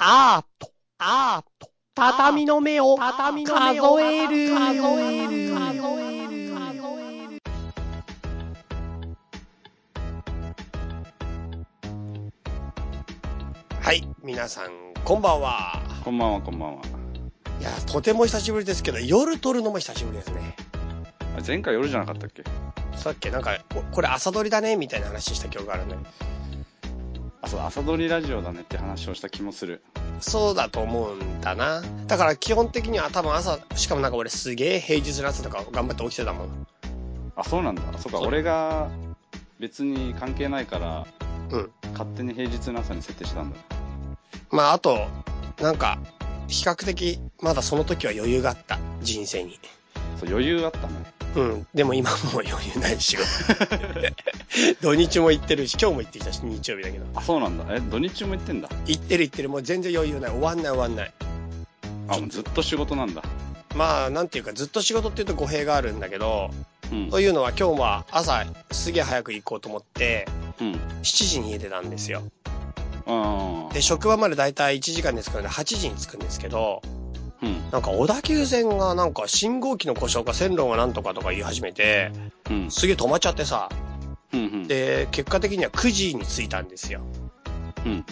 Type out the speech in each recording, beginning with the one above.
アート、アート、畳の目を、畳の目を数える、数える、数える、数える。はい、皆さん、こんばんは。こんばんは、こんばんは。いや、とても久しぶりですけど、夜撮るのも久しぶりですね。あ前回夜じゃなかったっけさっきなんか、ここれ朝撮りだね、みたいな話した記憶があるね。あ、そう、朝撮りラジオだねって話をした気もする。そうだと思うんだな。だから基本的には多分朝、しかもなんか俺すげえ平日の朝とか頑張って起きてたもん。あ、そうなんだ。そうか、そう俺が別に関係ないから、うん。勝手に平日の朝に設定してたんだ。まああと、なんか、比較的まだその時は余裕があった。人生に。そう、余裕あったね。うん。でも今もう余裕ないし。土日も行ってるし、今日も行ってきたし、日曜日だけど。あ、そうなんだ。え、土日も行ってんだ。行ってる行ってる、もう全然余裕ない。終わんない終わんない。あ、もうずっと仕事なんだ。まあなんていうか、ずっと仕事っていうと語弊があるんだけど、うん。というのは今日は朝すげえ早く行こうと思って、うん。 7時に家出たんですよ。あで、職場までだいたい1時間で着くので8時に着くんですけど、ーうん。なんか小田急線がなんか信号機の故障か線路がなんとかとか言い始めて、うん。すげえ止まっちゃってさ、うん。うん。で、結果的には9時に着いたんですよ。うん。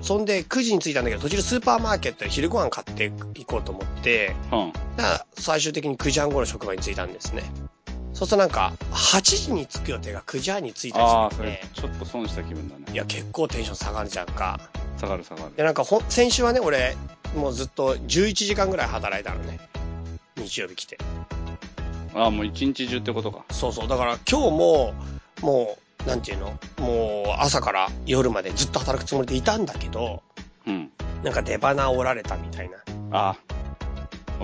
そんで9時に着いたんだけど、途中でスーパーマーケットで昼ご飯買っていこうと思って、うん。だから最終的に9時半頃職場に着いたんですね。そうするとなんか、8時に着く予定が9時半に着いたりああ、しそてれて、、ちょっと損した気分だねい。や、結構テンション下がるじゃんか。下がる下がでる。なんかほん先週はね俺もうずっと11時間ぐらい働いたのね日曜日来てああ、もう一日中ってことか。そうそうだから今日ももうなんていうのもう朝から夜までずっと働くつもりでいたんだけどうん。なんか出花折られたみたいなあー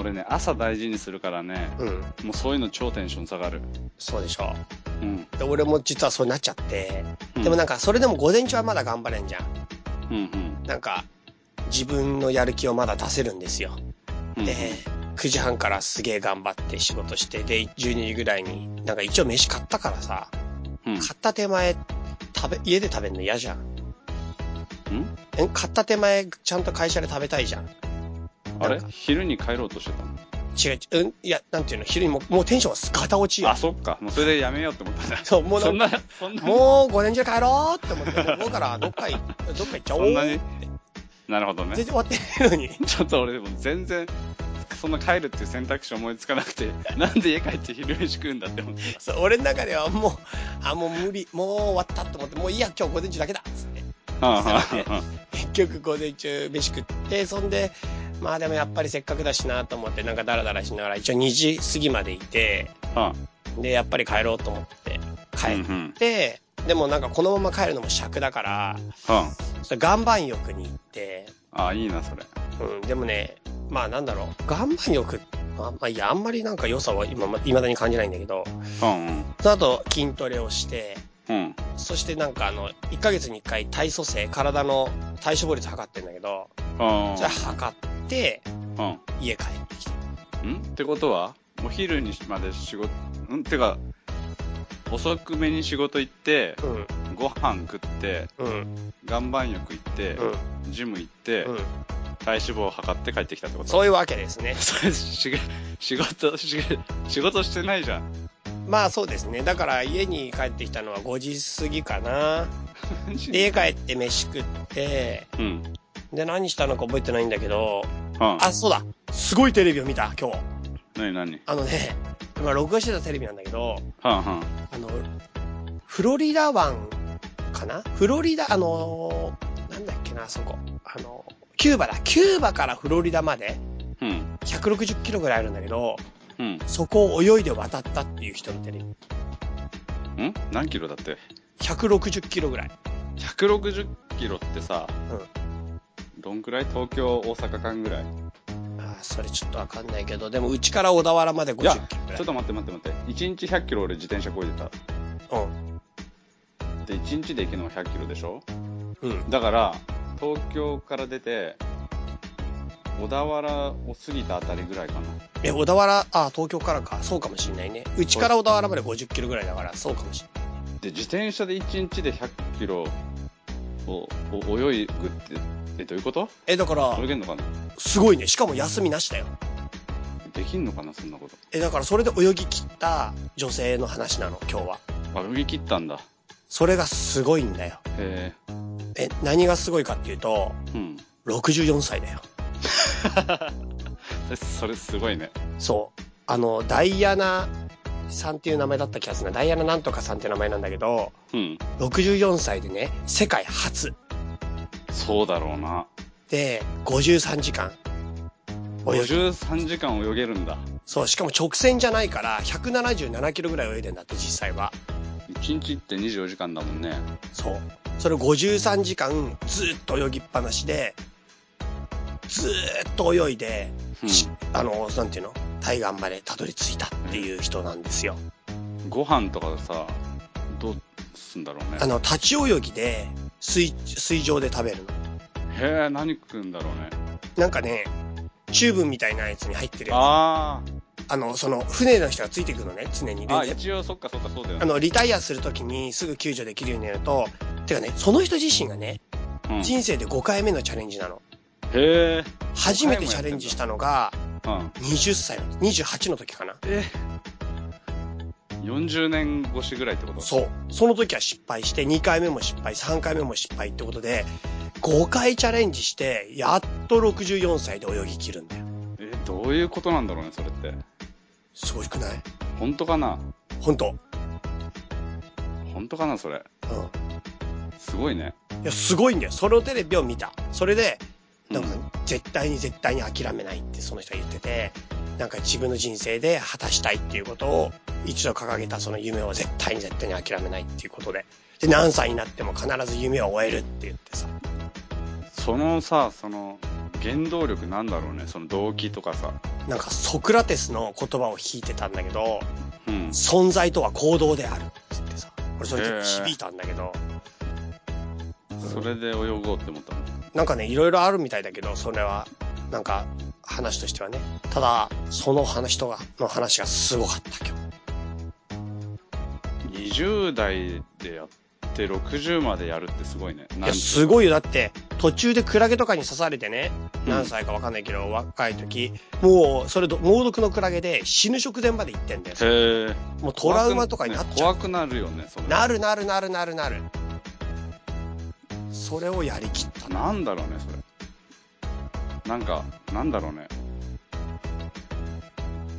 俺ね、朝大事にするからね、うんもうそういうの超テンション下がる。そうでしょうん。で俺も実はそうなっちゃってうんでもなんかそれでも午前中はまだ頑張れんじゃんうんうん。なんか自分のやる気をまだ出せるんですようんで、9時半からすげえ頑張って仕事してで12時ぐらいになんか一応飯買ったからさうん。うん買った手前、食べ、家で食べんの嫌じゃん。んえ買った手前、ちゃんと会社で食べたいじゃん。あなれんか昼に帰ろうとしてたの違う、うん、いや、なんていうの、昼にもう、もうテンションがガタ落ちよあ、。そっか。もうそれでやめようって思ったんだ。そう、もうなそんんか、な、そんな、もう午前中で帰ろうって思って、もうからどっ か行、どっか行っちゃおう。そんなになるほどね全然。終わってないのに。ちょっと俺でも全然、そんな帰るっていう選択肢思いつかなくて、 なんで家帰って昼飯食うんだって思ってそう、俺の中ではもう、あ、もう無理、もう終わったと思って、もういいや、今日午前中だけだっつって。た。結局午前中飯食って、そんで、まあでもやっぱりせっかくだしなと思って、なんかダラダラしながら、一応2時過ぎまでいて、で、やっぱり帰ろうと思って、うん帰うっん。て、でもなんかこのまま帰るのも尺だから、うん。それ岩盤浴に行って、あ、いいな、それ。うん、でもね、まあなんだろう、岩盤浴、まあ、まあいや、あんまりなんか良さは今、ま未だに感じないんだけど、うんうん。その後筋トレをして、うん。そしてなんかあの、1ヶ月に1回体組成、体の体脂肪率測ってんだけど、うんそれ測って、うん。家帰ってきた。んってことはお昼にまで仕事んてか遅くめに仕事行ってうん、ご飯食ってうん、岩盤浴行って、うん、ジム行って、うん。体脂肪を測って帰ってきたってことそういうわけですね。それし 仕事し仕事してないじゃんまあそうですね。だから家に帰ってきたのは5時過ぎかな。で家帰って飯食ってうんで何したのか覚えてないんだけどうんあそうだすごいテレビを見た今日何何あのね今録画してたテレビなんだけどはんはんあのフロリダ湾かなフロリダあのーなんだっけなあそこあのキューバだキューバからフロリダまでうん160キロぐらいあるんだけどうんそこを泳いで渡ったっていう人のテレビん何キロだって160キロぐらい160キロってさ、どんくらい東京大阪間ぐらいあーそれちょっとわかんないけどでもうちから小田原までいや50キロぐらいちょっと待って待って待って1日100キロ俺自転車こいでたで1日で行くのは100キロでしょうんうんだから東京から出て小田原を過ぎたあたりぐらいかなえ、小田原、あ、東京からか。そうかもしんないね。うちから小田原まで50キロぐらいだから、そうかもしんない。で自転車で1日で100キロおお泳ぐってえどういうことえ、だから泳、げんのかなすごいね。しかも休みなしだよ。できんのかなそんなことえ、だからそれで泳ぎ切った女性の話なの、今日は。あ泳ぎ切ったんだそれがすごいんだよ。へえ、何がすごいかっていうと、えうん 64歳だよ。それすごいねそう。あの、ダイアナさんっていう名前だった気がするな。ダイアナなんとかさんっていう名前なんだけど、うん64歳でね、世界初そうだろうなで、53時間。泳ぎ。 53時間泳げるんだそう、しかも直線じゃないから、177キロぐらい泳いでんだって、実際は。 1日って24時間だもんねそう。それ53時間、ずーっと泳ぎっぱなしで、ずーっと泳いで、しあの、なんていうの対岸までたどり着いたっていう人なんですよ。うんご飯とかさどうすんだろうねあの、立ち泳ぎで、水、水上で食べるの。へえ何食うんだろうねなんかね、チューブみたいなやつに入ってるやつ。ああの、その、船の人がついてくるのね、常に。ーあで一応そっかそっかそうだよあねの、リタイアするときにすぐ救助できるようになると、てかね、その人自身がね、うんへ人生で5回目のチャレンジなの。え初めてチャレンジしたのが、うん20歳の、28の時かな。え40年越しぐらいってことそう。その時は失敗して、2回目も失敗、3回目も失敗ってことで、5回チャレンジして、やっと64歳で泳ぎ切るんだよ。えどういうことなんだろうねそれってすごくない本当かな本当本当かなそれうすごいねん。いや、すごいんだよ。そのテレビを見た。それで、なんかう、絶対に絶対に諦めないってその人は言ってて、なんか自分の人生で果たしたいっていうことを一度掲げたその夢を絶対に絶対に諦めないっていうことで。で、何歳になっても必ず夢を終えるって言ってさ。そのさその原動力なんだろうねその動機とかさなんかソクラテスの言葉を引いてたんだけど、うん存在とは行動であるって言ってさ。俺それ結構響いたんだけど、それで泳ごうって思ったのなんかね、いろいろあるみたいだけど、それは、なんか話としてはね。ただ、その話とかの話がすごかった今日。 20代でやって60までやるってすごいねいなんや、すごいよ。だって、途中でクラゲとかに刺されてね、うん何歳かわかんないけど、若い時、もう、それど、猛毒のクラゲで死ぬ直前まで行ってんだよ。へえもうトラウマとかになっちゃう。怖くなるよねそれなるなるなるなるなる。それをやりきったな。なんだろうねそれなんかなんだろうね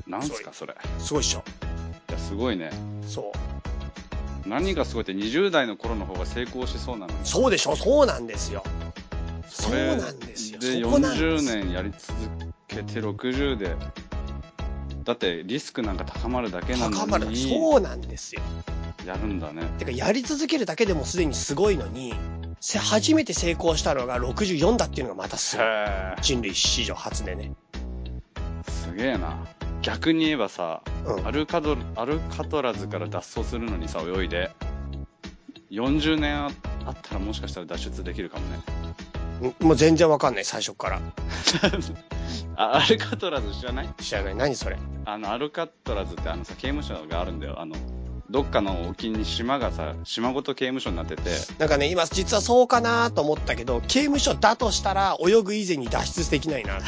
なんすかそれいすごいっしょ。やすごいねそう。何がすごいって20代の頃の方が成功しそうなのにそうでしょそうなんですよ。そそうれなんですよ。でそこなんです40年やり続けて60でだってリスクなんか高まるだけな高まのる。にそうなんですよ。やるんだねてか、やり続けるだけでもすでにすごいのに、せ初めて成功したのが64だっていうのがまたすごい。へ人類史上初でね。えすげえな逆に言えばさうんア。ルカドアルカトラズから脱走するのにさ泳いで40年ああったらもしかしたら脱出できるかもねんもう全然わかんない、最初から。あアルカトラズ知らない知らない。何それ。あのアルカトラズってあのさ刑務所があるんだよあのどっかの沖に島がさ島ごと刑務所になっててなんかね、今、実はそうかなと思ったけど、刑務所だとしたら、泳ぐ以前に脱出できないなって。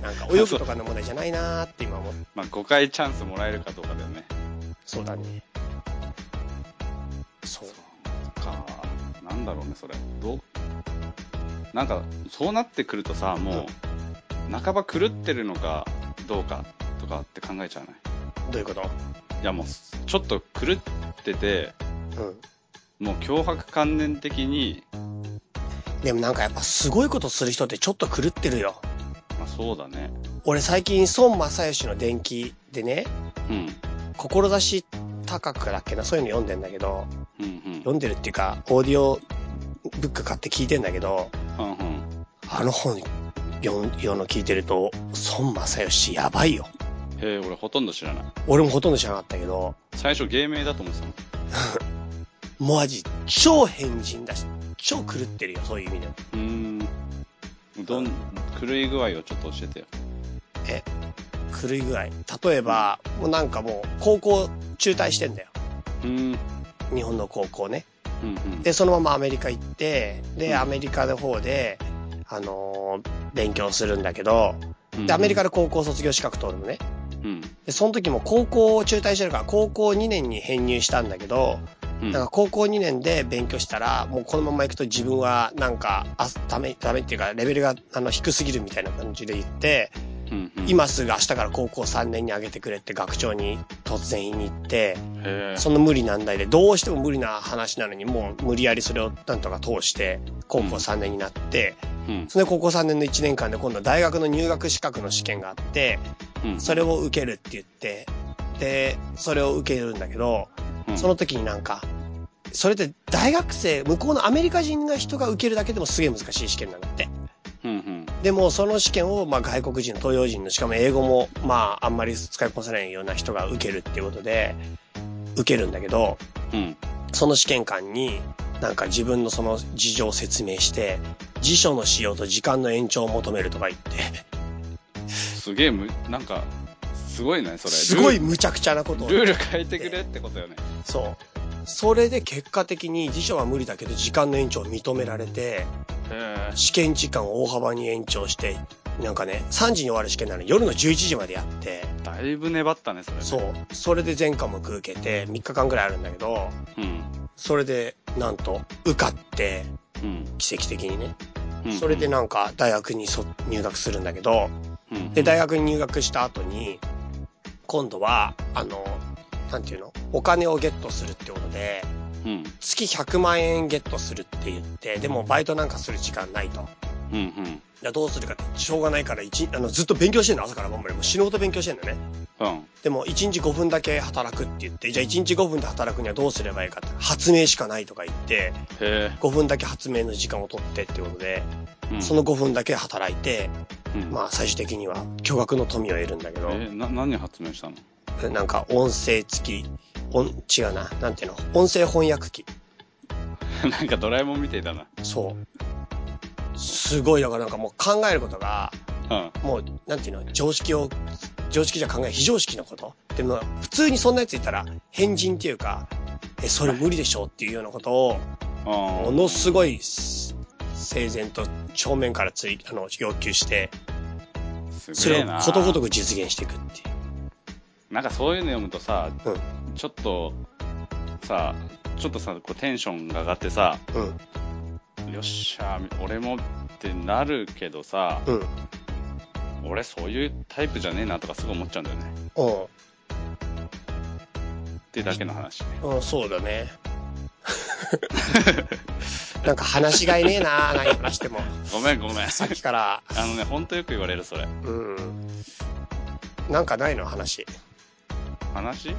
なんか、泳ぐとかの問題じゃないなって今思う。まあ、5回チャンスもらえるかどうかだよね。そうだね。そう。うか。なんだろうね、それ。どうなんか、そうなってくるとさ、もう、半ば狂ってるのかどうかとかって考えちゃうね。どういうこといや、もう、ちょっと狂ってて、うん。もう脅迫観念的に、でもなんかやっぱすごいことする人ってちょっと狂ってるよ。まあそうだね。俺最近孫正義の伝記でね、うん。志高くだっけな、そういうの読んでんだけど、うんうん。読んでるっていうか、オーディオブック買って聞いてんだけど、うんうん。あの本読ん読むの聞いてると、孫正義やばいよ。へえ、俺ほとんど知らない。俺もほとんど知らなかったけど、最初芸名だと思ってたもん。マジ超変人だし、超狂ってるよ、そういう意味でも。うーん。どん、狂い具合をちょっと教えてよ。狂い具合。例えば、もうなんかもう、高校中退してんだよ。うーん。日本の高校ね。うんうんで、そのままアメリカ行って、うで、んアメリカの方で、あのー勉強するんだけど、うんで、アメリカで高校卒業資格取るのね。うんで、その時も高校を中退してるから、高校2年に編入したんだけど、うんなんか高校2年で勉強したら、もうこのまま行くと自分はなんか、あ、ダメ、ダメっていうか、レベルがあの低すぎるみたいな感じで言って、うんうん今すぐ明日から高校3年に上げてくれって学長に突然言いに行って、へえその無理難題で、どうしても無理な話なのに、もう無理やりそれをなんとか通して、高校3年になって、うんそれで高校3年の1年間で今度は大学の入学資格の試験があって、うんそれを受けるって言って、で、それを受けるんだけど、うんその時になんか、それって大学生、向こうのアメリカ人が人が受けるだけでもすげえ難しい試験なんだって。うんうんでもその試験をまあ外国人、東洋人の、しかも英語もまああんまり使いこなせないような人が受けるっていうことで、受けるんだけど、うんその試験官に、なんか自分のその事情を説明して、辞書の使用と時間の延長を求めるとか言って、すげえむなんかすごいねそれすごいル無茶苦茶なことをールール変えてくれってことよねそう。それで結果的に辞書は無理だけど時間の延長を認められて、へ試験時間を大幅に延長して、なんかね、3時に終わる試験なのに夜の11時までやって、えだいぶ粘ったねそれねそう。それで全科目受けて、3日間ぐらいあるんだけど、うんそれで、なんと、受かって、うん奇跡的にね。うんそれでなんか、大学にそ入学するんだけど、うんで、大学に入学した後に、今度は、あの、なんていうのお金をゲットするってことで、うん月100万円ゲットするって言って、でもバイトなんかする時間ないと。うんうんいやどうするかって、しょうがないから一日、あの、ずっと勉強してんの、朝から晩まで。もう死ぬほど勉強してんだね。うんでも、1日5分だけ働くって言って、じゃあ1日5分で働くにはどうすればいいかって、発明しかないとか言って、へえ5分だけ発明の時間を取ってってことで、うんその5分だけ働いて、うんまあ最終的には巨額の富を得るんだけど、えな何発明したの なんか音声付き、音、違うな、なんていうの、音声翻訳機。なんかドラえもんみていだな。そう。すごい、だからなんかもう考えることが、うん。もう、なんていうの、常識を、常識じゃ考え、非常識のこと。でも、普通にそんなやついたら、変人っていうか、え、それ無理でしょうっていうようなことを、もものすごい、す整然と正面からつい、あの、要求して、そすげれえをな。ことごとく実現していくっていう。なんかそういうの読むとさ、うちょっと、さ、ちょっとさ、こうテンションが上がってさ、うん、よっしゃ、俺もってなるけどさ、うん、うん。俺そういうタイプじゃねえなとかすごい思っちゃうんだよね。ってだけの話ね。うん、そうだね。なんか話がいねえ な、何話しても。ごめ んごめん。さっきから。あのね、ほんとよく言われるそれ。うん。なんかないの話。話うん。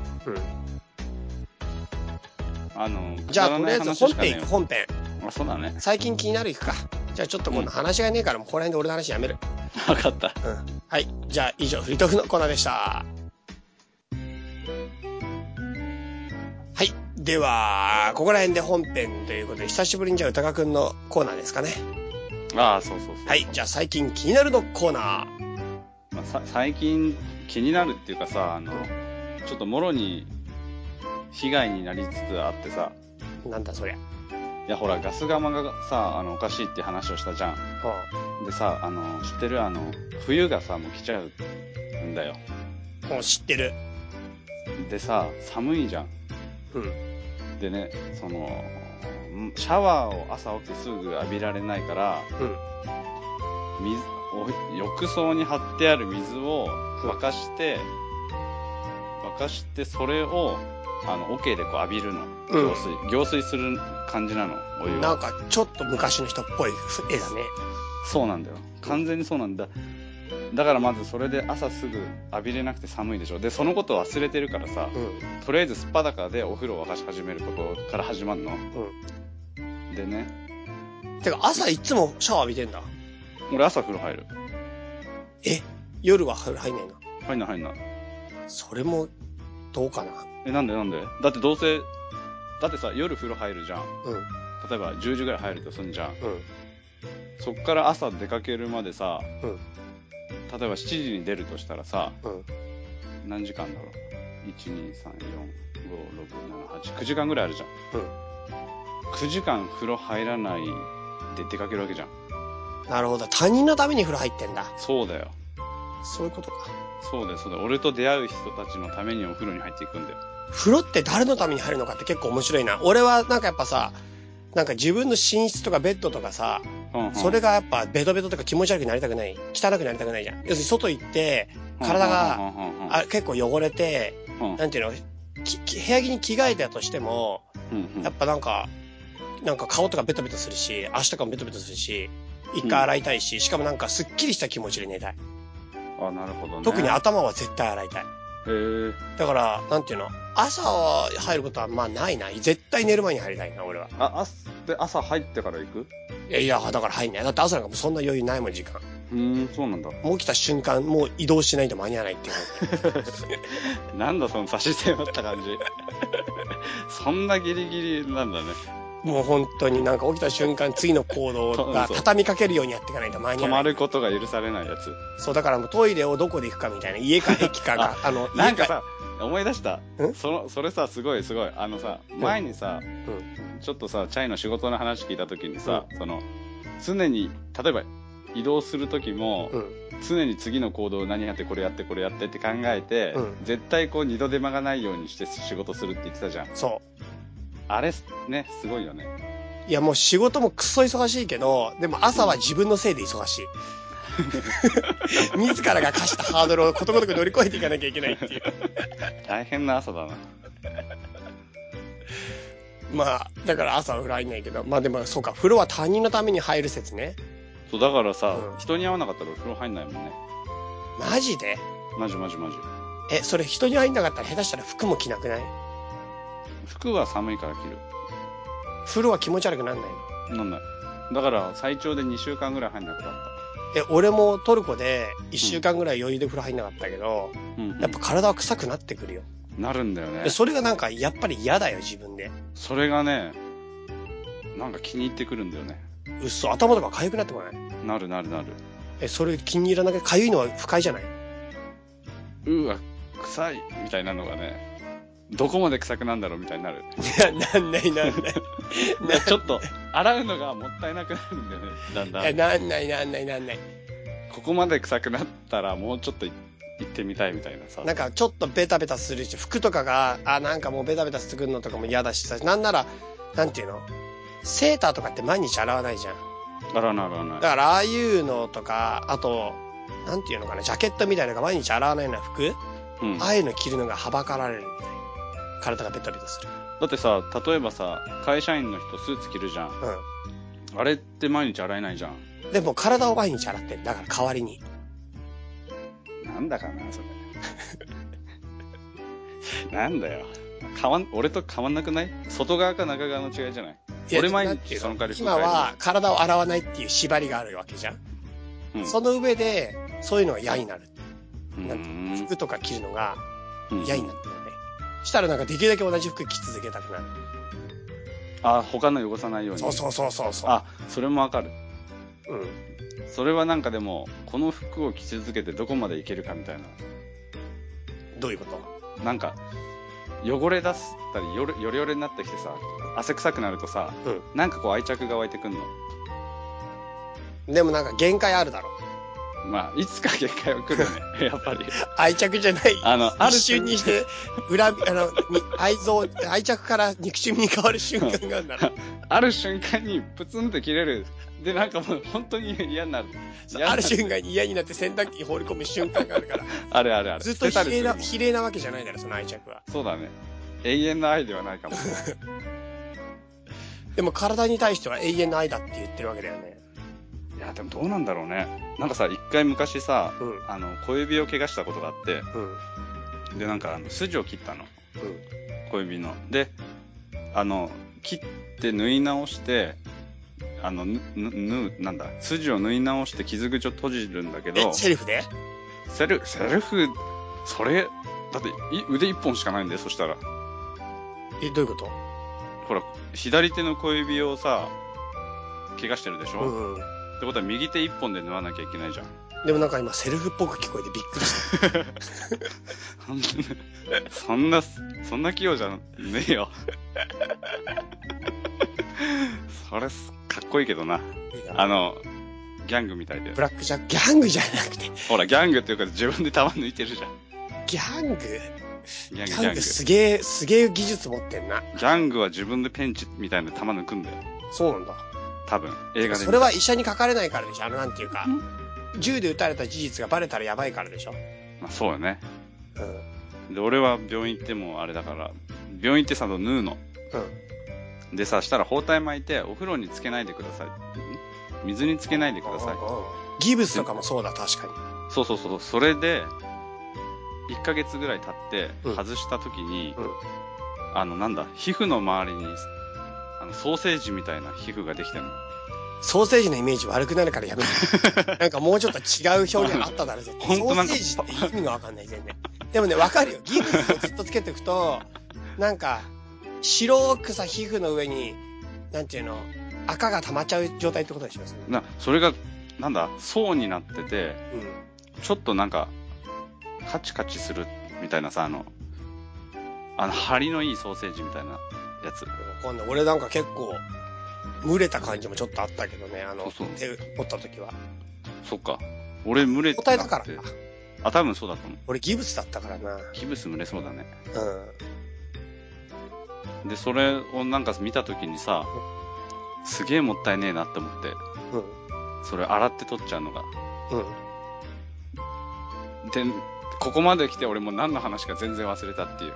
あの、じゃくあ、とだらりあないえず話本しか編ね行く、本編。えよあそうだね。最近気になる行くか。じゃあちょっと今度話がねえから、もうここら辺で俺の話やめる。 わかった。うん。はい。じゃあ以上、フリートークのコーナーでした。はい。では、ここら辺で本編ということで、久しぶりにじゃあ歌川くんのコーナーですかね。ああ、そうそうそう。はい。じゃあ最近気になるのコーナー。まあ、さ最近気になるっていうかさあのちょっともろに被害になりつつあってさなんだそりゃ。いやほらガス釜がさあのおかしいって話をしたじゃんでさあの知ってるあの冬がさもう来ちゃうんだようん。もう知ってる。でさ寒いじゃんうん。でねそのんシャワーを朝起きてすぐ浴びられないからうん。水お浴槽に張ってある水を沸かして、沸かしてそれをあの桶でこう浴びるのうん行水、行水する感じなのお湯なんをか、ちょっと昔の人っぽい絵だね。そうなんだよ完全にそうなんだだからまずそれで朝すぐ浴びれなくて寒いでしょでそのことを忘れてるからさうとりあえずすっぱだかでお風呂を沸かし始めることから始まるのでねん。てか、朝いつもシャワー浴びてんだ。俺朝風呂入るえ夜は入んないの入んない入んないそれも、どうかな。えなんでなんでだってどうせだってさ夜風呂入るじゃんうん、うん、例えば10時ぐらい入るとすんじゃんそっから朝出かけるまでさ、うん例えば7時に出るとしたらさうん。何時間だろう1 2 3 4 5 6 7 8 9時間ぐらいあるじゃん、 9時間風呂入らないで出かけるわけじゃんなるほど。他人のために風呂入ってんだ。そうだよそういうことか。そうだよそうだよ俺と出会う人たちのためにお風呂に入っていくんだよ風呂って誰のために入るのかって結構面白いな。俺はなんかやっぱさ、なんか自分の寝室とかベッドとかさ、うんうんそれがやっぱベトベトとか気持ち悪くなりたくない、汚くなりたくないじゃん。要するに外行って、体うが、んうんうんうんあ結構汚れて、うんなんていうの、きき部屋着に着替えたとしても、うんうんやっぱなんか、なんか顔とかベトベトするし、足とかもベトベトするし、一回洗いたいし、しかもなんかすっきりした気持ちで寝たい。あなるほどね特にへ頭は絶対洗いたい。えだから、なんていうの朝は入ることはまあないな。絶対寝る前に入りたいな、俺は。ああすで朝入ってから行くいやいや、だから入んない。だって朝なんかもうそんな余裕ないもん、時間。うーんそうなんだもう起きた瞬間、もう移動しないと間に合わないっていう。なんだその差し迫った感 じそんなギリギリなんだねもう本当になんか起きた瞬間、次の行動がそうそう畳みかけるようにやっていかないと間に止合わまない。ることが許されないやつそう、だからもうトイレをどこで行くかみたいな。家か駅かが。あの、なんか家さ思い出したんそのそれさすごいすごいあのさ前にさ、ちょっとさチャイの仕事の話聞いた時にさ、その常に例えば移動する時も、うん常に次の行動を何やってこれやってこれやってって考えて、うん絶対こう二度手間がないようにして仕事するって言ってたじゃんそあれねすごいよねう。いやもう仕事もクソ忙しいけど、でも朝は自分のせいで忙 しい。自らが課したハードルをことごとく乗り越えていかなきゃいけないっていう。大変な朝だなまあ、だから朝は風呂入んないけど、まあでもそうか、風呂は他人のために入る説ね。そうだからさ、うん人に会わなかったらお風呂入んないもんねマジでマジマジマジえ、それ人に会いなかったら下手したら服も着なくない服は寒いから着る風呂は気持ち悪くなんないのなんないだから最長で2週間ぐらい入んなくなっえ、俺もトルコで一週間ぐらい余裕で風呂入んなかったけど、たうん、やっぱ体は臭くなってくるよ。なるんだよねで、それがなんかやっぱり嫌だよ、自分で。それがねなんか気に入ってくるんだよね嘘、頭とか痒くなってこないなるなるなるえ、それ気に入らなきゃ痒いのは不快じゃないう わ臭いみたいなのがねどこまで臭くなんだろうみたいになるいや、なんないなんない。でちょっと洗うのがもったいなくなるんだよねだんいやだんなんないなんないなんない。ここまで臭くなったらもうちょっとい行ってみたいみたいなさなんかちょっとベタベタするし、服とかが、あ、なんかもうベタベタしてくるのとかも嫌だしさ、なんなら、なんていうのセーターとかって毎日洗わないじゃん。洗わない洗わないだからああいうのとか、あと、なんていうのかな、ジャケットみたいなのが毎日洗わないような服、うん、ああいうの着るのがはばかられるみたいな。体がベタベタする。だってさ例えばさ会社員の人スーツ着るじゃんあれって毎日洗えないじゃんうん。でも体を毎日洗ってんだから代わりに。なんだかなそれ なんだよ変わん俺と変わんなくない外側か中側の違いじゃない俺毎日その代わり服今は体を洗わないっていう縛りがあるわけじゃん。うんその上で、そういうのが嫌になる。うなんん服とか着るのがうん嫌になってるよね。したらなんかできるだけ同じ服着続けたくなる。あ他の汚さないようにそうそうそうそうそう。あそれもわかるうん。それはなんかでもこの服を着続けてどこまでいけるかみたいなどういうことなんか汚れ出したりよれよれよれになってきてさ汗臭くなるとさ、うんなんかこう愛着が湧いてくんのでもなんか限界あるだろ。まあいつか限界は来るよ ねやっぱり愛着じゃない。あのある一瞬にして、恨み、あの、に愛憎、愛着から憎しみに変わる瞬間があるんだろ。ある瞬間にプツンって切れる。で、なんかもう本当に嫌になる。嫌になある瞬間に嫌になって洗濯機に放り込む瞬間があるから、 あるあるある。ずっと捨てた比例りするな、もん比例なわけじゃないだろ、その愛着は。そうだね。永遠の愛ではない かも。でも体に対しては永遠の愛だって言ってるわけだよね。いや、でもどうなんだろうね。なんかさ、一回昔さ、うん、あの、小指を怪我したことがあって、うん、で、なんかあの、筋を切ったの。うん。小指の。で、あの、切って縫い直して、あの、ぬ、ぬ、ぬなんだ、筋を縫い直して傷口を閉じるんだけどえ、、セルフでセル、セルフ、それ、だって、い腕一本しかないんだよ、そしたら。え、どういうことほら、左手の小指をさ、怪我してるでしょ、うっん、うん。てことは右手一本で縫わなきゃいけないじゃん。 でもなんか今セルフっぽく聞こえてびっくりしそんな、そんな器用じゃねえよ。 それす、かっこいいけどな。あの、ギャングみたいでブ。ラックジャック、ギャングじゃなくて、ほら、ギャングっていうか自分で弾抜いてるじゃん。ギャングギャンギグ、ギャャンンググ。すげえ、すげえ技術持ってんな。ギャングは自分でペンチみたいな弾抜くんだよ。そうなんだ。多分、映画で見た。それは医者に書かれないからでしょあの、なんていうか。銃で撃たれた事実がバレたらやばいからでしょまあ、そうよね。うん。うで、俺は病院行ってもあれだから、病院行ってさ、縫うの。ん。でさ、したら包帯巻いて、お風呂につけないでくださいって。ん水につけないでください。ギブスとかもそうだ、確かに。そうそうそう。それで、1ヶ月ぐらい経ってうん、外した時に、うんあの、なんだ、皮膚の周りに、あの、ソーセージみたいな皮膚ができてるの。ソーセージのイメージ悪くなるからやめ ろ。なんかもうちょっと違う表現あっただろ、絶対。ソほんとなーんセかージって意味がわかんない、全然。でもね、わかるよ。ギブスをずっとつけていくと、なんか、白くさ、皮膚の上に、なんていうの、赤が溜まっちゃう状態ってことでしょそれな、それが、なんだ、層になってて、うん。ちょっとなんか、カチカチするみたいなさ、あの、あの、張りのいいソーセージみたいなやつ。わかんない。俺なんか結構、蒸れた感じもちょっとあったけどね、あの、そうそう手折った時は。そっか。俺、群れて答えなだくからてか。あ、多分そうだと思う。俺ギブスだったからな。うん。ギブス群れそうだね。で、それをなんか見た時にさ、すげえもったいねえなって思って、うん。それ洗って取っちゃうのが。うん。で、ここまで来て俺もう何の話か全然忘れたっていう。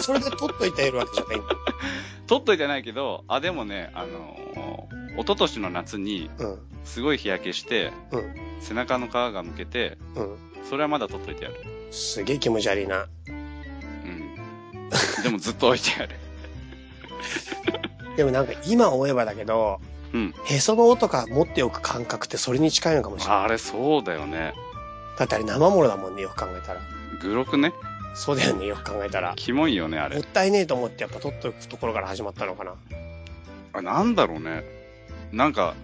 それで取っといてやるわけじゃないんだ。取っといてないけど、あ、でもね、あの、一昨年の夏にうん。すごい日焼けして、うん背中の皮がむけて、うん。それはまだ取っといてやる。すげえ気持ち悪いな。 うん。でもずっと置いてやる。でもなんか今思えばだけど、うん。へその緒とか持っておく感覚ってそれに近いのかもしれない。あれ、そうだよね。だってあれ生ものだもんね、よく考えたら。グロくね。そうだよね、よく考えたら。キモいよね、あもっれ。たいねえと思ってやっぱ取っとくところから始まったのかな。あ、なんだろうね。なんか、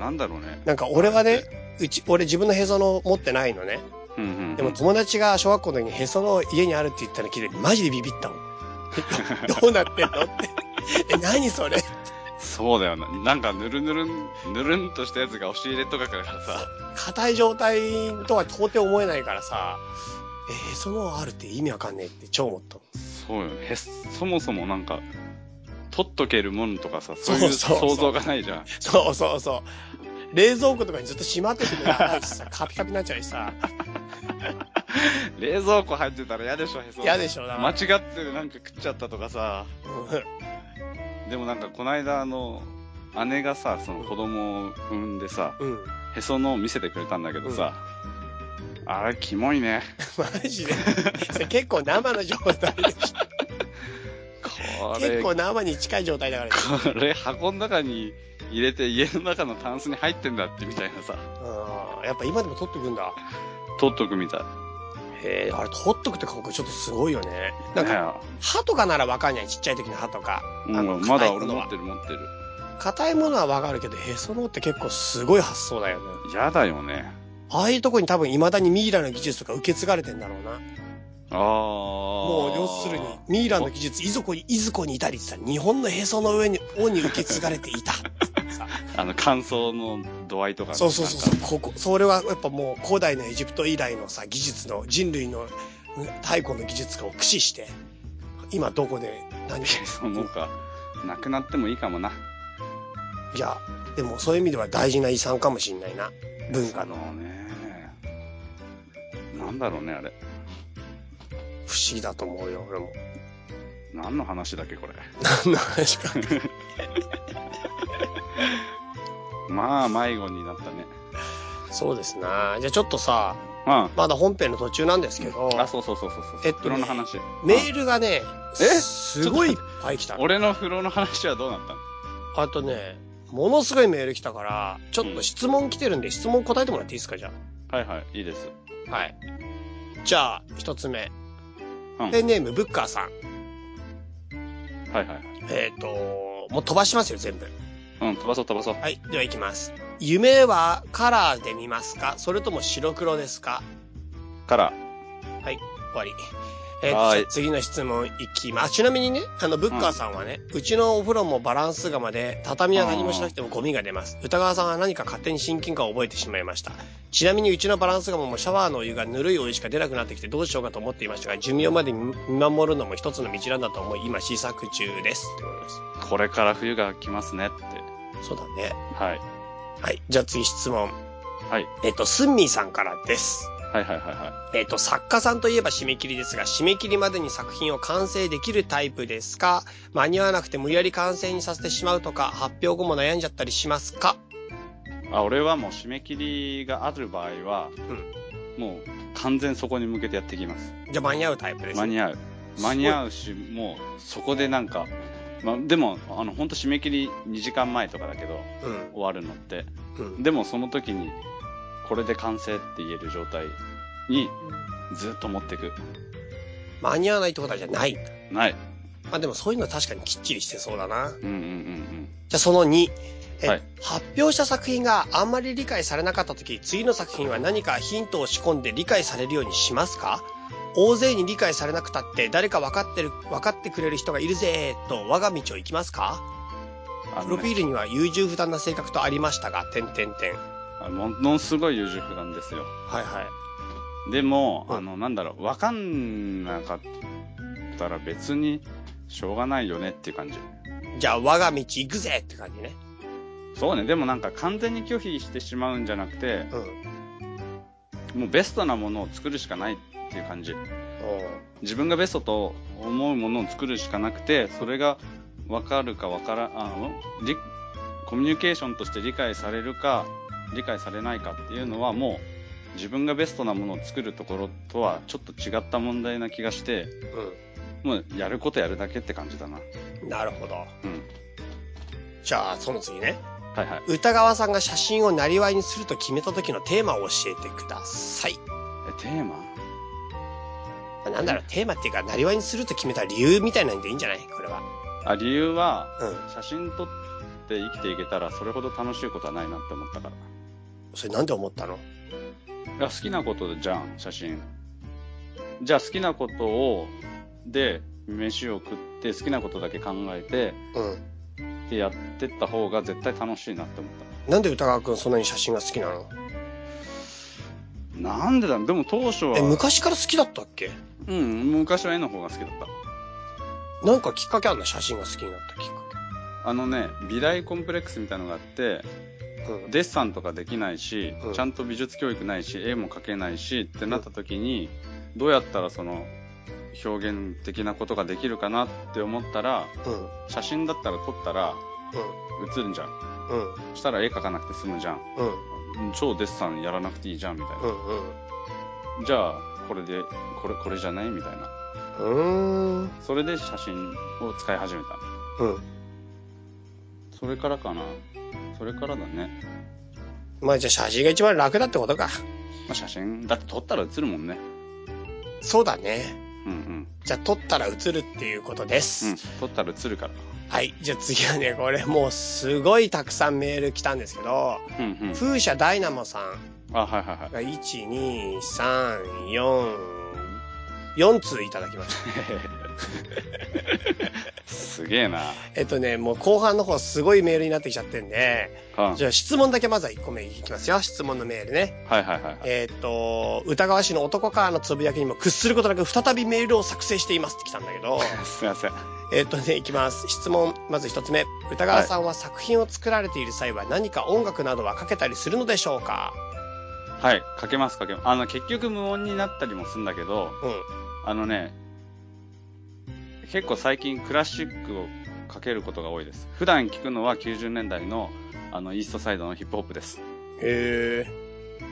なんだろうね。なんか俺はね、うち、俺自分のへその緒持ってないのね。うんうんうん。でも友達が小学校の時にへその緒家にあるって言ったの聞いて、マジでビビったも ん。どうなってんのって。え、何それそうだよな。なんか、ぬるぬるん、ぬるんとしたやつが押し入れとかからさ、硬い状態とは到底思えないからさ、え、へその緒あるって意味わかんねえって超思ったもん。そうよね。へそもそもなんか、取っとけるもんとかさ、そうそいううそうそう想像がないじゃん。そうそうそう。冷蔵庫とかにずっとしまってて もやばいしさ、カピカピになっちゃうしさ、冷蔵庫入ってたら嫌でしょ、へそ。嫌でしょ、だ間か違ってなんか食っちゃったとかさ。ら。でもなんか、こないだあの、姉がさ、その子供を産んでさ、うん。うんへその緒を見せてくれたんだけどさ、あれ、キモいね。マジで。それ結構生の状態でしょこれ、結こ構生に近い状態だからね。れ箱の中に入れて家の中のタンスに入ってんだってみたいなさ、うん。やっぱ今でも取ってくんだ。取っとくみたい。へえ、あれ、取っとくって感覚ちょっとすごいよね。なんか、ね歯とかならわかんない。ちっちゃい時の歯とか。えあのうん、ま硬だいも俺の持はってる持ってる。硬いものはわかるけど、へその緒って結構すごい発想だよね。やだよね。ああいうとこに多分未だにミイラの技術とか受け継がれてんだろうな。ああ。ももう要するに、ミイラの技術、いずこに、いずこにいたりってさ、日本のへその上に、尾に受け継がれて いた。あの、乾燥の度合いとかねそうそうそうそうなんか、ここ、それはやっぱもう古代のエジプト以来のさ、技術の、人類のうん太古の技術を駆使して、今どこで 何をへその緒か、なくなってもいいかもな。いや、でもそういう意味では大事な遺産かもしんないな。文化の。そうね。なんだろうね、あれ。不思議だと思うよ、俺 も。何の話だっけ、これ。何の話か。まあ、迷子になったね。そうですな。じゃあちょっとさ、ままだ本編の途中なんですけど、あ、あ、そうそうそうそうそう。えっとね風呂の話。メールがね、えすごいいっぱい来たあ。俺の風呂の話はどうなったのあとね、ものすごいメール来たから、ちょっと質問来てるんで、質問答えてもらっていいですか、じゃはいはい、いいです。あ。はい。じゃあ、一つ目う。んペンネーム、ブッカーさん。はいはい。えっ、と、もう飛ばしますよ、全部。うん、飛ばそう飛ばそう。はい、では行きます。夢はカラーで見ますかそれとも白黒ですかから、終わり。えーとはいじゃあ次の質問いきます。あちなみにね、あの、ブッカーさんはね、うちのお風呂もバランス釜で、畳は何もしなくてもゴミが出ます。歌川さんは何か勝手に親近感を覚えてしまいました。ちなみにうちのバランス釜もシャワーのお湯がぬるいお湯しか出なくなってきてどうしようかと思っていましたが、寿命まで見見守るのも一つの道なんだと思い、今試作中です。ってことです。これから冬が来ますねって。そうだね。はい。はい。じゃあ次質問。はい。えっ、と、すんみーさんからです。はいはいはいはえっ、と、作家さんといえば締め切りですが、締め切りまでに作品を完成できるタイプですか間に合わなくて無理やり完成にさせてしまうとか、発表後も悩んじゃったりしますかい。あ、俺はもう締め切りがある場合は、もう完全そこに向けてやっていきます。じゃあ間に合うタイプです。間に合う。間に合うし、もうそこでなんか、まあ、でも、あの、ほんと締め切り2時間前とかだけど、うん。終わるのって。うん。でもその時に、これで完成って言える状態に、ずっと持っていく。間に合わないってことはじゃない。ない。まあでもそういうのは確かにきっちりしてそうだな。うんうんうんうん。じゃあその2。えはい発表した作品があんまり理解されなかった時、次の作品は何かヒントを仕込んで理解されるようにしますか大勢に理解されなくたって誰か分かってる、分かってくれる人がいるぜーと我が道を行きますかあプロのフィね、ールには優柔不断な性格とありましたが、点点点。あものすごい優柔不断ですよ。はいはい。でも、うんあの、なんだろう、わかんなかったら別にしょうがないよねっていう感じ。じゃあ我が道行くぜって感じね。そうね、でもなんか完全に拒否してしまうんじゃなくて、うん。もうベストなものを作るしかないっていう感じ。自分がベストと思うものを作るしかなくて、それがわかるかわから、あんりコミュニケーションとして理解されるか、理解されないかっていうのはもう自分がベストなものを作るところとはちょっと違った問題な気がして、もうやることやるだけって感じだな。うん。なるほど。うん。じゃあその次ね。はいはい。歌川さんが写真をなりわいにすると決めた時のテーマを教えてください。え、テーマなんだろう、テーマっていうか、なりわいにすると決めた理由みたいなんでいいんじゃないこれは。あ、理由は、うん。写真撮って生きていけたらそれほど楽しいことはないなって思ったから。それなんで思ったのいや、好きなことじゃん、写真。じゃあ好きなことを、で、飯を食って好きなことだけ考えて、うん。でやってった方が絶対楽しいなって思っなんで歌川くんそんなに写真が好きなのた。なんでだでも当初は、え、昔から好きだったっけうん、昔は絵の方が好きだっなんかきっかけあんの写真が好きになったきっかた。あのね、美大コンプレックスみたいのがあって、け。うん。デッサンとかできないし、うんちゃんと美術教育ないし、絵も描けないしってなった時に、どうやったらその、表現的なことができるかなって思ったら、うん。写真だったら撮ったら写るんじゃん。うん。うん。そしたら絵描かなくて済むじゃん。うん。超デッサンやらなくていいじゃんみたいな。じゃあ、これで、これ、これじゃないみたいな。うん。うん。うん。それで写真を使い始めた。うん。それからかな。それからだね。まあじゃあ写真が一番楽だってことか。まあ、写真、だって撮ったら写るもんね。そうだね。うんうん。じゃあ撮ったら写るっていうことです。うん。撮ったら写るから。はい。じゃあ次はね、これもうすごいたくさんメール来たんですけど、うんうん。風車ダイナモさんあ、はいはいはい。が1、2、3、4、4通いただきま した。すげえな。えっとね、もう後半の方すごいメールになってきちゃってんで、うんはいじゃあ質問だけまずは1個目いきますよ。質問のメールね。はいはいはい。えっと、歌川氏の男からのつぶやきにも屈することなく再びメールを作成していますって来たんだけ ど、すいません。えっとね、いきます。質問、まず1つ目。歌川さんは作品を作られている際は何か音楽などはかけたりするのでしょうかはい。かけますかけます。あの、結局無音になったりもするんだけど、うん。あのね、結構最近クラシックをかけることが多いです。普段聞くのは90年代のあのイーストサイドのヒップホップです。へえ。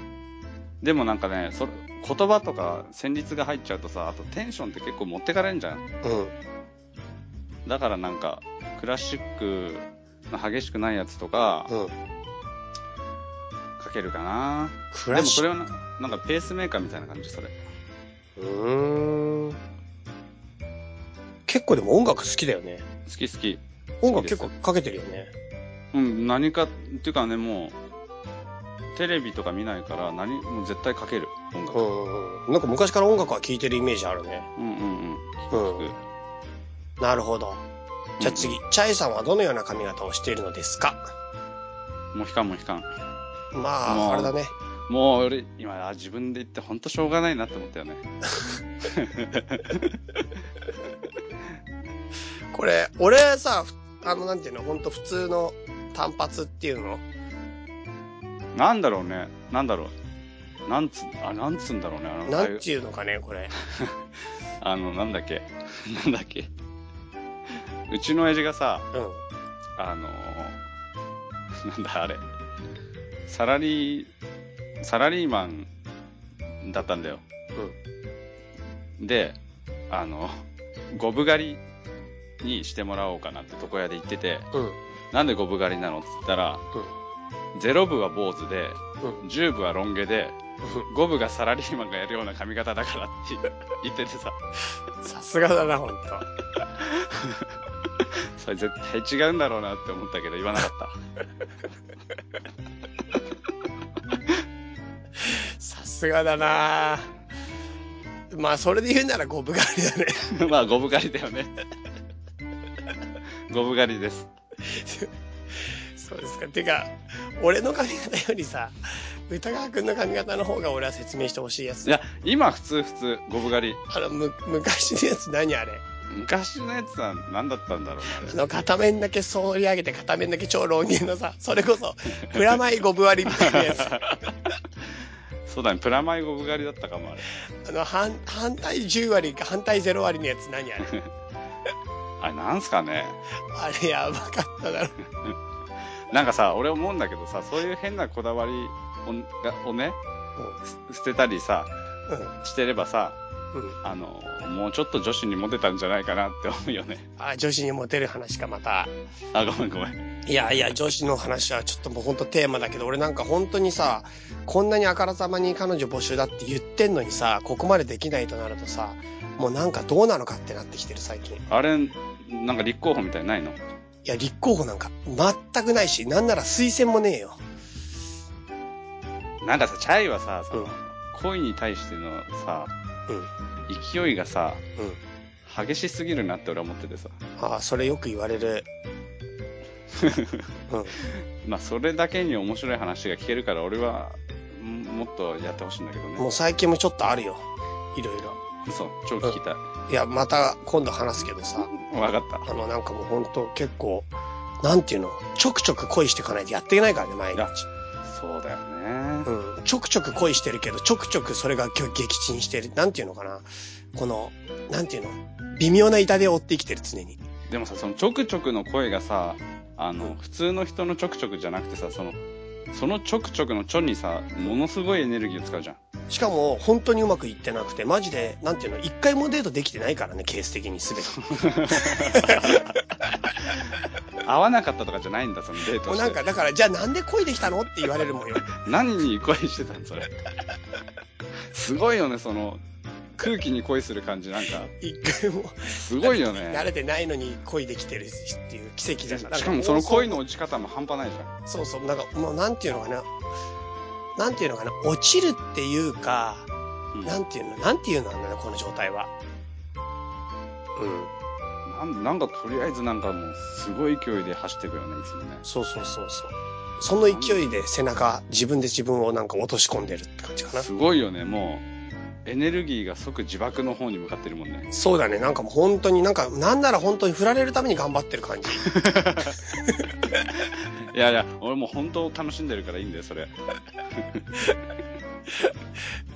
でもなんかね、それ言葉とか旋律が入っちゃうとさ、あとテンションって結構持ってかれんじゃん。うん。だからなんか、クラシックの激しくないやつとかうん。かけるかな。クでラもシそッれはななんかペースメーカーみたいな感じ、それ。ク。うーん。結構でも音楽好きだよね。好き好き。音楽結構かけてるよね。うん、何か、っていうかね、もう、テレビとか見ないから何もう絶対かける音楽、うんうんうん。なんか昔から音楽は聴いてるイメージあるね。うんうんうんう聞くん。なるほど。じゃあ次、チャイさんはどのような髪型をしているのですかもう悲観も悲観まもうあ、あれだね。もう俺今あ自分で言ってほんとしょうがないなって思ったよねこれ、俺さ、ふあの、なんていうの、ほんと普通の単発っていうのなんだろうねなんだろうなんつあなんつうんだろうねあのなああいんうていうのかね、これ。あのなんだっけ なんだっけうちの親父がさうん。あのーなんだあれサラリーサラリーマンだったんだよ、であのゴブ狩りにしてもらおうかなって床屋で言っててうん。なんでゴブ狩りなのっつったら、ゼロ部は坊主でうん。 10部はロン毛で5部がサラリーマンがやるような髪型だからって言っててささすがだな、ほんと。それ絶対違うんだろうなって思ったけど言わなかったさすがだなまあ、それで言うなら五分がりだね。 まあ、ゴブ狩りだよね。ゴブ狩りです。そうですか。てか、俺の髪型よりさ、歌川くんの髪型の方が俺は説明してほしいやいつ。や、今普通普通、ゴブ狩り。あの、む、昔のやつ何あれ昔のやつは何だったんだろうあね、の、片面だけ反り上げて片面だけ超老人のさ、それこそ、プラマイ5分割りみたいなやつ。あれ。そうだね、プラマイゴブ狩りだったかも、あれ。あの、反、反対10割か反対0割のやつ何あれあれ、なんすかね。あれやばかっただろ。なんかさ、俺思うんだけどさ、そういう変なこだわりをがをね、す捨てたりさ、うん。うん。してればさ、うん。あの、もうちょっと女子にモテたんじゃないかなって思うよね。あ、女子にモテる話かまた。あ、ごめんごめん。いやいや、女子の話はちょっともうほんとテーマだけど、俺なんか本当にさ、こんなにあからさまに彼女募集だって言ってんのにさ、ここまでできないとなるとさ、もうなんかどうなのかってなってきてる最近。いあれ、なんか立候補みたいにないのや、立候補なんか全くないし、なんなら推薦もねえよ。なんかさ、チャイはさ、そうんの、恋に対してのさ、うん。勢いがさ、うん。激しすぎるなって俺は思っててさ。ああ、それよく言われる。うん。まあ、それだけに面白い話が聞けるから、俺は、んもっとやってほしいんだけどもうね。最近もちょっとあるよ。いろいろ。そう、超聞きたい。いや、また今度話すけどさ、わかった。あの、なんかもうほんと結構、なんていうの、ちょくちょく恋していかないとやっていけないからね、毎日。そうだよねう。ん。ちょくちょく恋してるけど、ちょくちょくそれが激激沈してる。なんていうのかな。この、なんていうの微妙な痛手を追って生きてる、常に。でもさ、その、ちょくちょくの声がさ、あの、普通の人のちょくちょくじゃなくてさ、その、そのちょくちょくのちょにさ、ものすごいエネルギーを使うじゃん。しかも、本当にうまくいってなくて、マジで、なんていうの、一回もデートできてないからね、ケース的にすべ て。合わなかったとかじゃないんだ、そのデーもトうしなんてか、。だから、じゃあなんで恋できたのって言われるもんよ。何に恋してたんそれすごいよねその空気に恋する感じなんか一回も、すごいよ慣ねれてないのに恋できてるっていう奇跡じゃん。しなんかもその恋のの落ち方も半端ないじゃそうそう、なんか、もう、なんていうのかな。なんていうのかな。落ちるっていうか、ん、うん、ななんていうの、なんていうのなんだろう、この状態は。うん。んなんかとりあえずなんかもうすごい勢いで走っていくよねいつもねそうそうそうそう。その勢いで背中、自分で自分をなんか落とし込んでるって感じかな。すごいよねもうエネルギーが即自爆の方に向かってるもんねそうだね。なんかもう本当になんか、なんなら本当に振られるために頑張ってる感じ。いやいや俺もう本当楽しんでるからいいんだよそれ、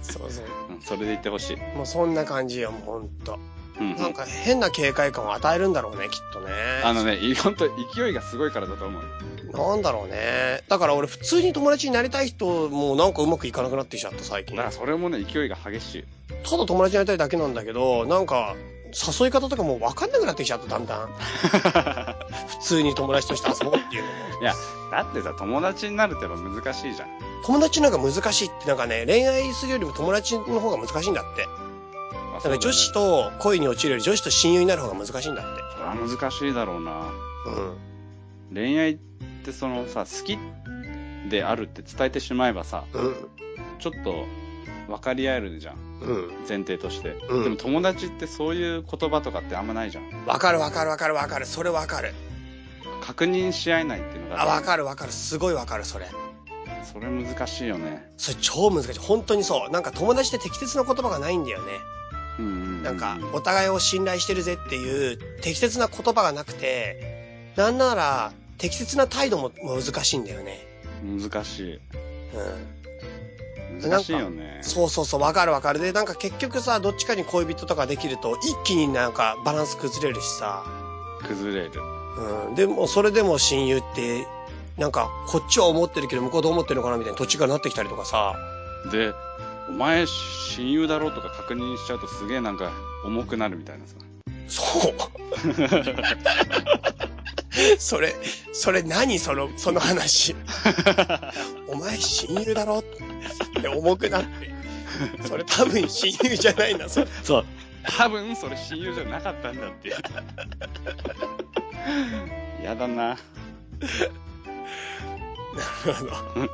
そうそう。うん、それで言ってほしい、もうそんな感じよ、もう本当。うんうなんん、か変な警戒感を与えるんだろうね、きっとね。あのねい本当勢いがすごいからだと思うなんだろうね。だから俺普通に友達になりたい人もなんかうまくいかなくなってきちゃった最だ近。かたらだそれもね勢いが激しい友達になりたいだけなんだけど、なんか誘い方とかもう分かんなくなってきちゃった、だんだ ん。普通に友達として遊ぼうっていうのも。だってさ友達になるってやっぱ難しいじゃん友達の方が難しいって、なんかね、恋愛するよりも友達の方が難しいんだって。だだから女子と恋に落ちるより女子と親友になる方が難しいんだって。それは難しいだろうなうん。恋愛ってそのさ好きであるって伝えてしまえばさ、うん。ちょっと分かり合えるじゃん。うん。前提として。うんでも友達ってそういう言葉とかってあんまないじゃん。わかるわかるわかるわかる。それわかる。確認し合えないっていうのがあ、わかるわかる。すごいわかる、それ。それ難しいよね。それ超難しい。本当にそう。なんか友達って適切な言葉がないんだよね。うんううん。なんか、お互いを信頼してるぜっていう適切な言葉がなくて、なんなら適切な態度も難しいんだよね。難しうん。い。難しいよね。そうそうそう、わかるわかる。で、なんか結局さ、どっちかに恋人とかできると一気になんかバランス崩れるしさ。崩れる。うん。でも、それでも親友って、なんか、こっちは思ってるけど、向こうどう思ってるのかなみたいな土地がなってきたりとかさ。で、お前親友だろうとか確認しちゃうとすげえなんか重くなるみたいなさ。そう。 それ、それ何その、その 話。お前親友だろって重くなって。それ多分親友じゃないな、それ。そう。多分それ親友じゃなかったんだっていう。 やだな。あの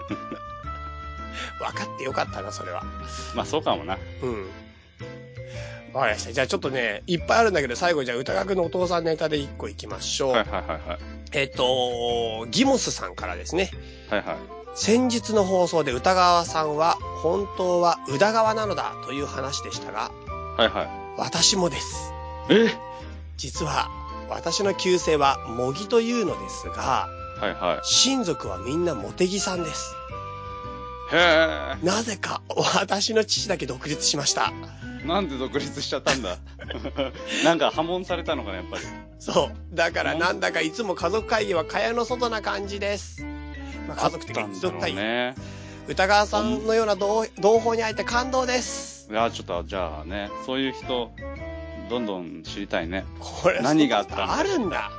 分かってよかったな、それは。まあそうかもな。うん。わかりました。じゃあちょっとね、いっぱいあるんだけど、最後じゃあ歌楽のお父さんネタで一個いきましょう。はいはいはいはい。えっ、と、ギモスさんからですね。はいはい。先日の放送で歌川さんは本当は宇田川なのだという話でしたが、はいは私もです。い。え実は私の旧姓は模擬というのですが、はいは親族はみんな茂木さんです。い。へなぜか私の父だけ独立しました。え。なんで独立しちゃったんだ なんか破門されたのかな、やっぱり。そう。だからなんだかいつも家族会議は蚊帳の外な感じです。まあ、家族的なにん一だ族ろう会議。ね。歌川さんのような同同胞に会えて感動です。いや、ちょっと、じゃあね、そういう人、どんどん知りたいね。これ、何があったんだあるんだ。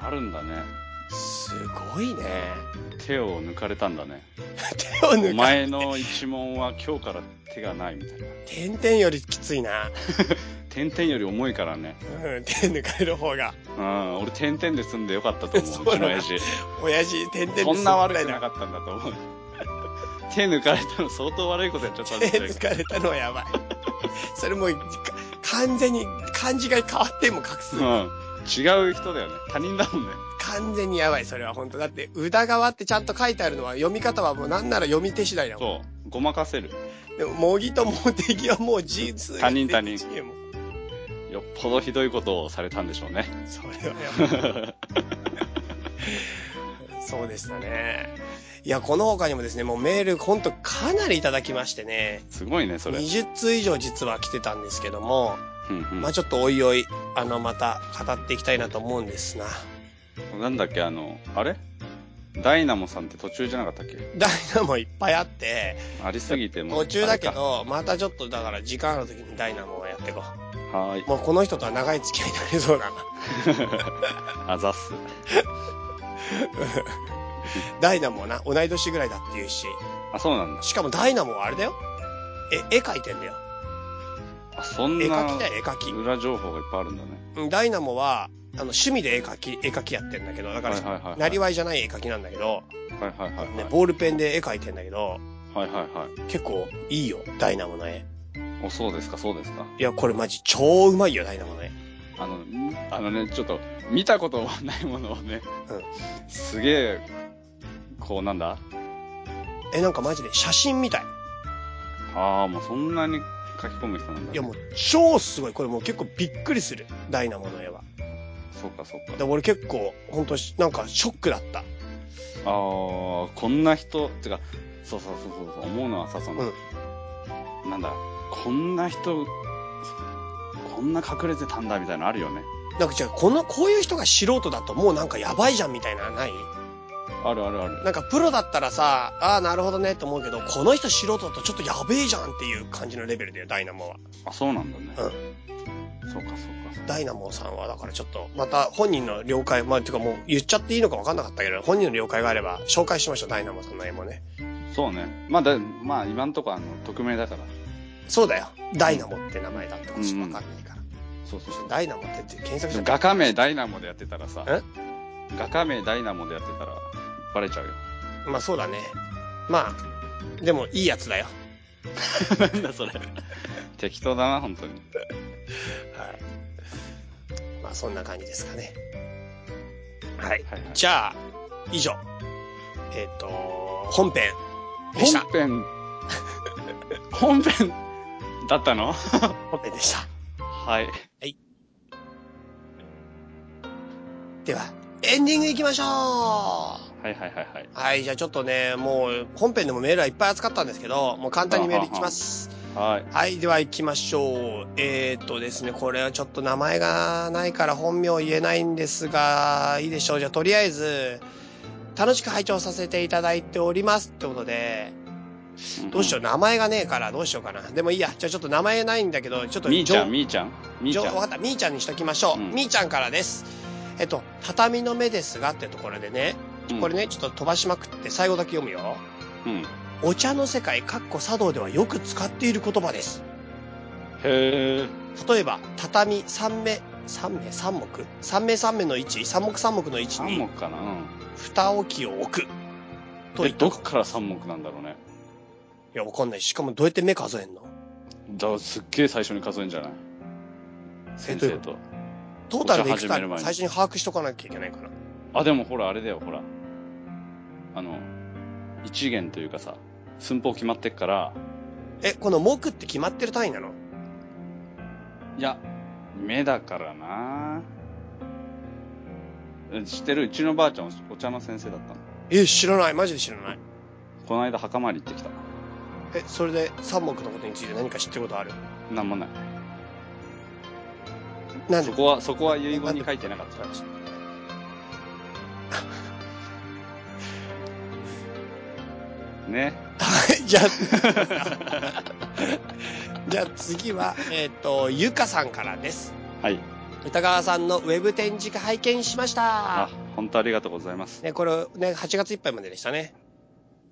あるんだね。すごいね。手を抜かれたんだね。手を抜かお前の一問は今日から手がないみたいな。点々よりきついな。点々より重いからね。うん、手抜かれる方が。うん、俺点々で済んでよかったとそ思うう、だうちの親父。親父、点々そんな悪いくなかったんだと 思う。手抜かれたの相当悪いことやっちゃったん手だよ抜。かれたのはやばい。それもう、か完全に、漢字が変わっても隠す。うん。違う人だよね。他人だもんね。完全にやばい、それは本当だって、宇田川ってちゃんと書いてあるのは、読み方はもうなんなら読み手次第だもん。そう。ごまかせる。でも、模擬と茂木はもう事実他人他人もうよっぽどひどいことをされたんでしょうね。 それはやばい。そうでしたね。いや、この他にもですね、もうメール、ほんとかなりいただきましてね。すごいね、それ。 20通以上実は来てたんですけども、うんうんまあちょっとおいおい、あの、また語っていきたいなと思うんですが、なんだっけ、あの、あれダイナモさんって途中じゃなかったっけダイナもいっぱいあって、ありすぎてもう。途中だけあど、またちょっとだから時間ある時にダイナもやっていこ。。れか。はーいうもうこの人とは長い付き合いになりそうだな。 あざっす。ダイナもな、同い年ぐらいだっていうし、あ、そうなんだ。しかもダイナもあれだよ。え、絵描いてんだよ。あ、そん絵描なきだよ、絵描き。裏情報がいっぱいあるんだね。うんダイナモは、あの、趣味で絵描き、絵描きやってんだけど、だかはいはいはいはら、いなりわいじゃない絵描きなんだけど、はいはいはいねは、い。ボールペンで絵描いてんだけど、はいはいはい。結構いいよ、ダイナモの絵。お、そうですか、そうですか。いや、これマジ超うまいよ、ダイナモの絵。あの、んあのね、ちょっと、見たことはないものをね、すげえ、こうなんだえ、なんかマジで写真みたい。ああ、もうそんなに書き込む人なんだ、ね。いや、もう超すごい。これもう結構びっくりする、ダイナモの絵は。そうかそうでか。俺結構、ほんとし、なんかショックだった。ああ、こんな人、てか、そうそうそうそうそう、思うのはさ、その、なんだ、こんな人、こんな隠れてたんだみたいなのあるよね。なんか違う、この、こういう人が素人だともうなんかやばいじゃんみたいな、ないあるあるある。なんかプロだったらさ、ああ、なるほどねって思うけど、この人素人だとちょっとやべえじゃんっていう感じのレベルだよ、ダイナモは。あ、そうなんだね。うそうかそうかそうか。ダイナモさんは、だからちょっと、また本人の了解、まあ、てかもう言っちゃっていいのか分かんなかったけど、本人の了解があれば、紹介しましょう、ダイナモさんの絵もね。そうね。まあ、だまあ、今んとこあの、匿名だから。そうだよ。ダイナモって名前だってことしか分かんないから。そうそうそう。ダイナモってって検索し画家名ダイナモでやってたらさえ、画家名ダイナモでやってたら、バレちゃうよ。たらまあそうだね。まあ、でもいいやつだよ。なんだそれ。適当だな、本当に。はい。まあそんな感じですかね。はい。はいはいじゃあ、以上。えっ、と、本編でした本。編、 本編だったの本編でした。はい。では、エンディング行きましょうはいはいはいはい。はい、じゃあちょっとね、もう本編でもメールはいっぱい扱ったんですけど、もう簡単にメールいきます。はい。はい、では行きましょう。えー、っとですね、これはちょっと名前がないから本名言えないんですが、いいでしょう。じゃあとりあえず、楽しく拝聴させていただいておりますってことで、どうしよう、名前がねえからどうしようかな。でもいいや、じゃあちょっと名前ないんだけど、ちょっと、みーちゃん、みーちゃんみじーちょゃん。わかった、みーちゃんにしときましょう。うんみーちゃんからです。えっと、畳の目ですがってところでね、うんこれね、ちょっと飛ばしまくって最後だけ読むよ。うん。お茶の世界、かっこ茶道ではよく使っている言葉です。へー例えば、畳三目、三目三目三目三目の位置、三目三目の位置三に目かな蓋置きを置く。うん。とえ、いったどいっから三目なんだろうね。や、わかんない。しかもどうやって目数えんのだすっげえ最初に数えんじゃない先生と。トータルでいくお茶始かめる前に最初に把握しとかなきゃいけないから。あ、でもほら、あれだよ、ほら。あの、一元というかさ、寸法決まってっから、え、この目って決まってる単位なのいや、目だからなえ知ってるうちのばあちゃんお茶の先生だったの。え、知らない。マジで知らない。この間墓参り行ってきた。え、それで三目のことについて何か知ってることあるなんもない。なんでそこは、そこは遺言に書いてな かった。ね。はい じゃあ、 じゃあ次は、えっ、と、ゆかさんからです。はい。歌川さんのウェブ展示会拝見しましたあ。、本当ありがとうございます。ね、これ、ね、8月いっぱいまででしたね。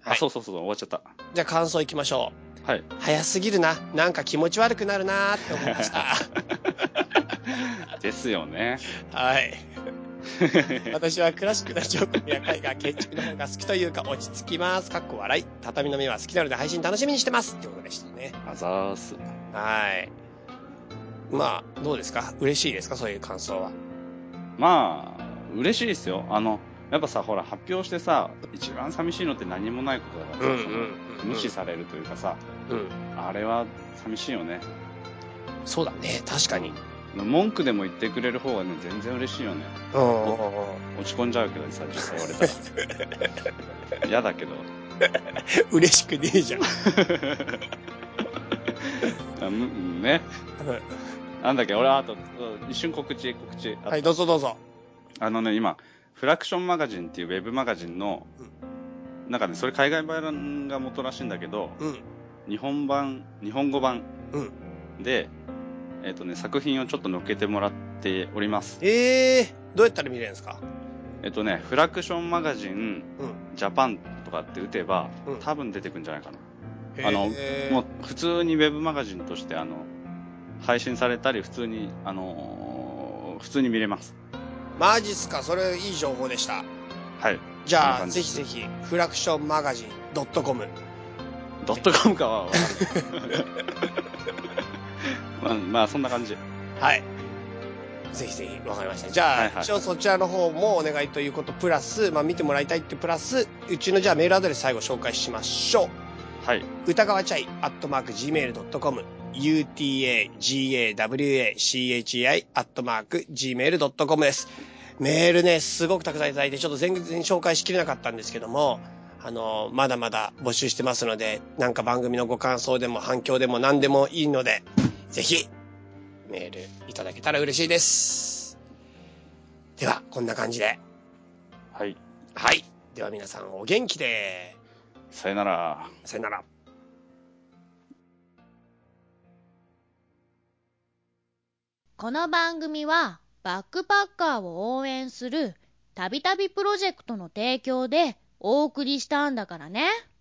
はあ、いそうそうそう、終わっちゃった。じゃあ感想いきましょう。はい。早すぎるな。なんか気持ち悪くなるなーって思いました。 ですよね。はい。私はクラシックな彫刻や絵画、建築の方が好きというか落ち着きます。かっこ笑い。畳の目は好きなので配信楽しみにしてます。ってことでしたね。あざーす。はい。まあ、どうですか嬉しいですかそういう感想は。まあ、嬉しいですよ。あの、やっぱさ、ほら、発表してさ、一番寂しいのって何もないことだからさ、その無視されるというかさ、うん。あれは寂しいよね。そうだね。確かに。文句でも言ってくれる方がね、全然嬉しいよね。うんうん落ち込んじゃうけどさ、実際言われたら。嫌だけど。 嬉しくねえじ ゃん。あむうんね。なんだっけ、俺、あと、うん一瞬告知、告知。あはい、どうぞどうぞ。あのね、今、フラクションマガジンっていうウェブマガジンの、なんかね、それ海外版が元らしいんだけど、うん。日本版、日本語版うんで、えっ、とね、作品をちょっと載っけてもらっております。ええどうやったら見れるんですかえっ、とね、フラクションマガジン、うジャパンとかって打てば、うん多分出てくんじゃないかな。あのももう普通にウェブマガジンとしてあの配信されたり普通にあのー普通に見れますマジっすかそれいい情報でした。はいじゃこあ、んな感じぜひぜひ、フラクションマガジン .com。ドットコムかはわかんない まあ、まあそんな感じはい。ぜひぜひ、わかりました。じゃあ、はいはい一応そちらの方もお願いということ、プラス、まあ見てもらいたいってプラス、うちのじゃあメールアドレス最後紹介しましょ。はいう歌川チャイ、アットマーク、gmail.com。utagawachai、アットマーク、gmail.com です。メールね、すごくたくさんいただいて、ちょっと全然紹介しきれなかったんですけども、あの、まだまだ募集してますので、なんか番組のご感想でも反響でも何でもいいので、ぜひ、メールいただけたら嬉しいです。では、こんな感じで。はいはい。では皆さんお元気で。さよならさよなら。この番組はバックパッカーを応援するたびたびプロジェクトの提供でお送りしたんだからね。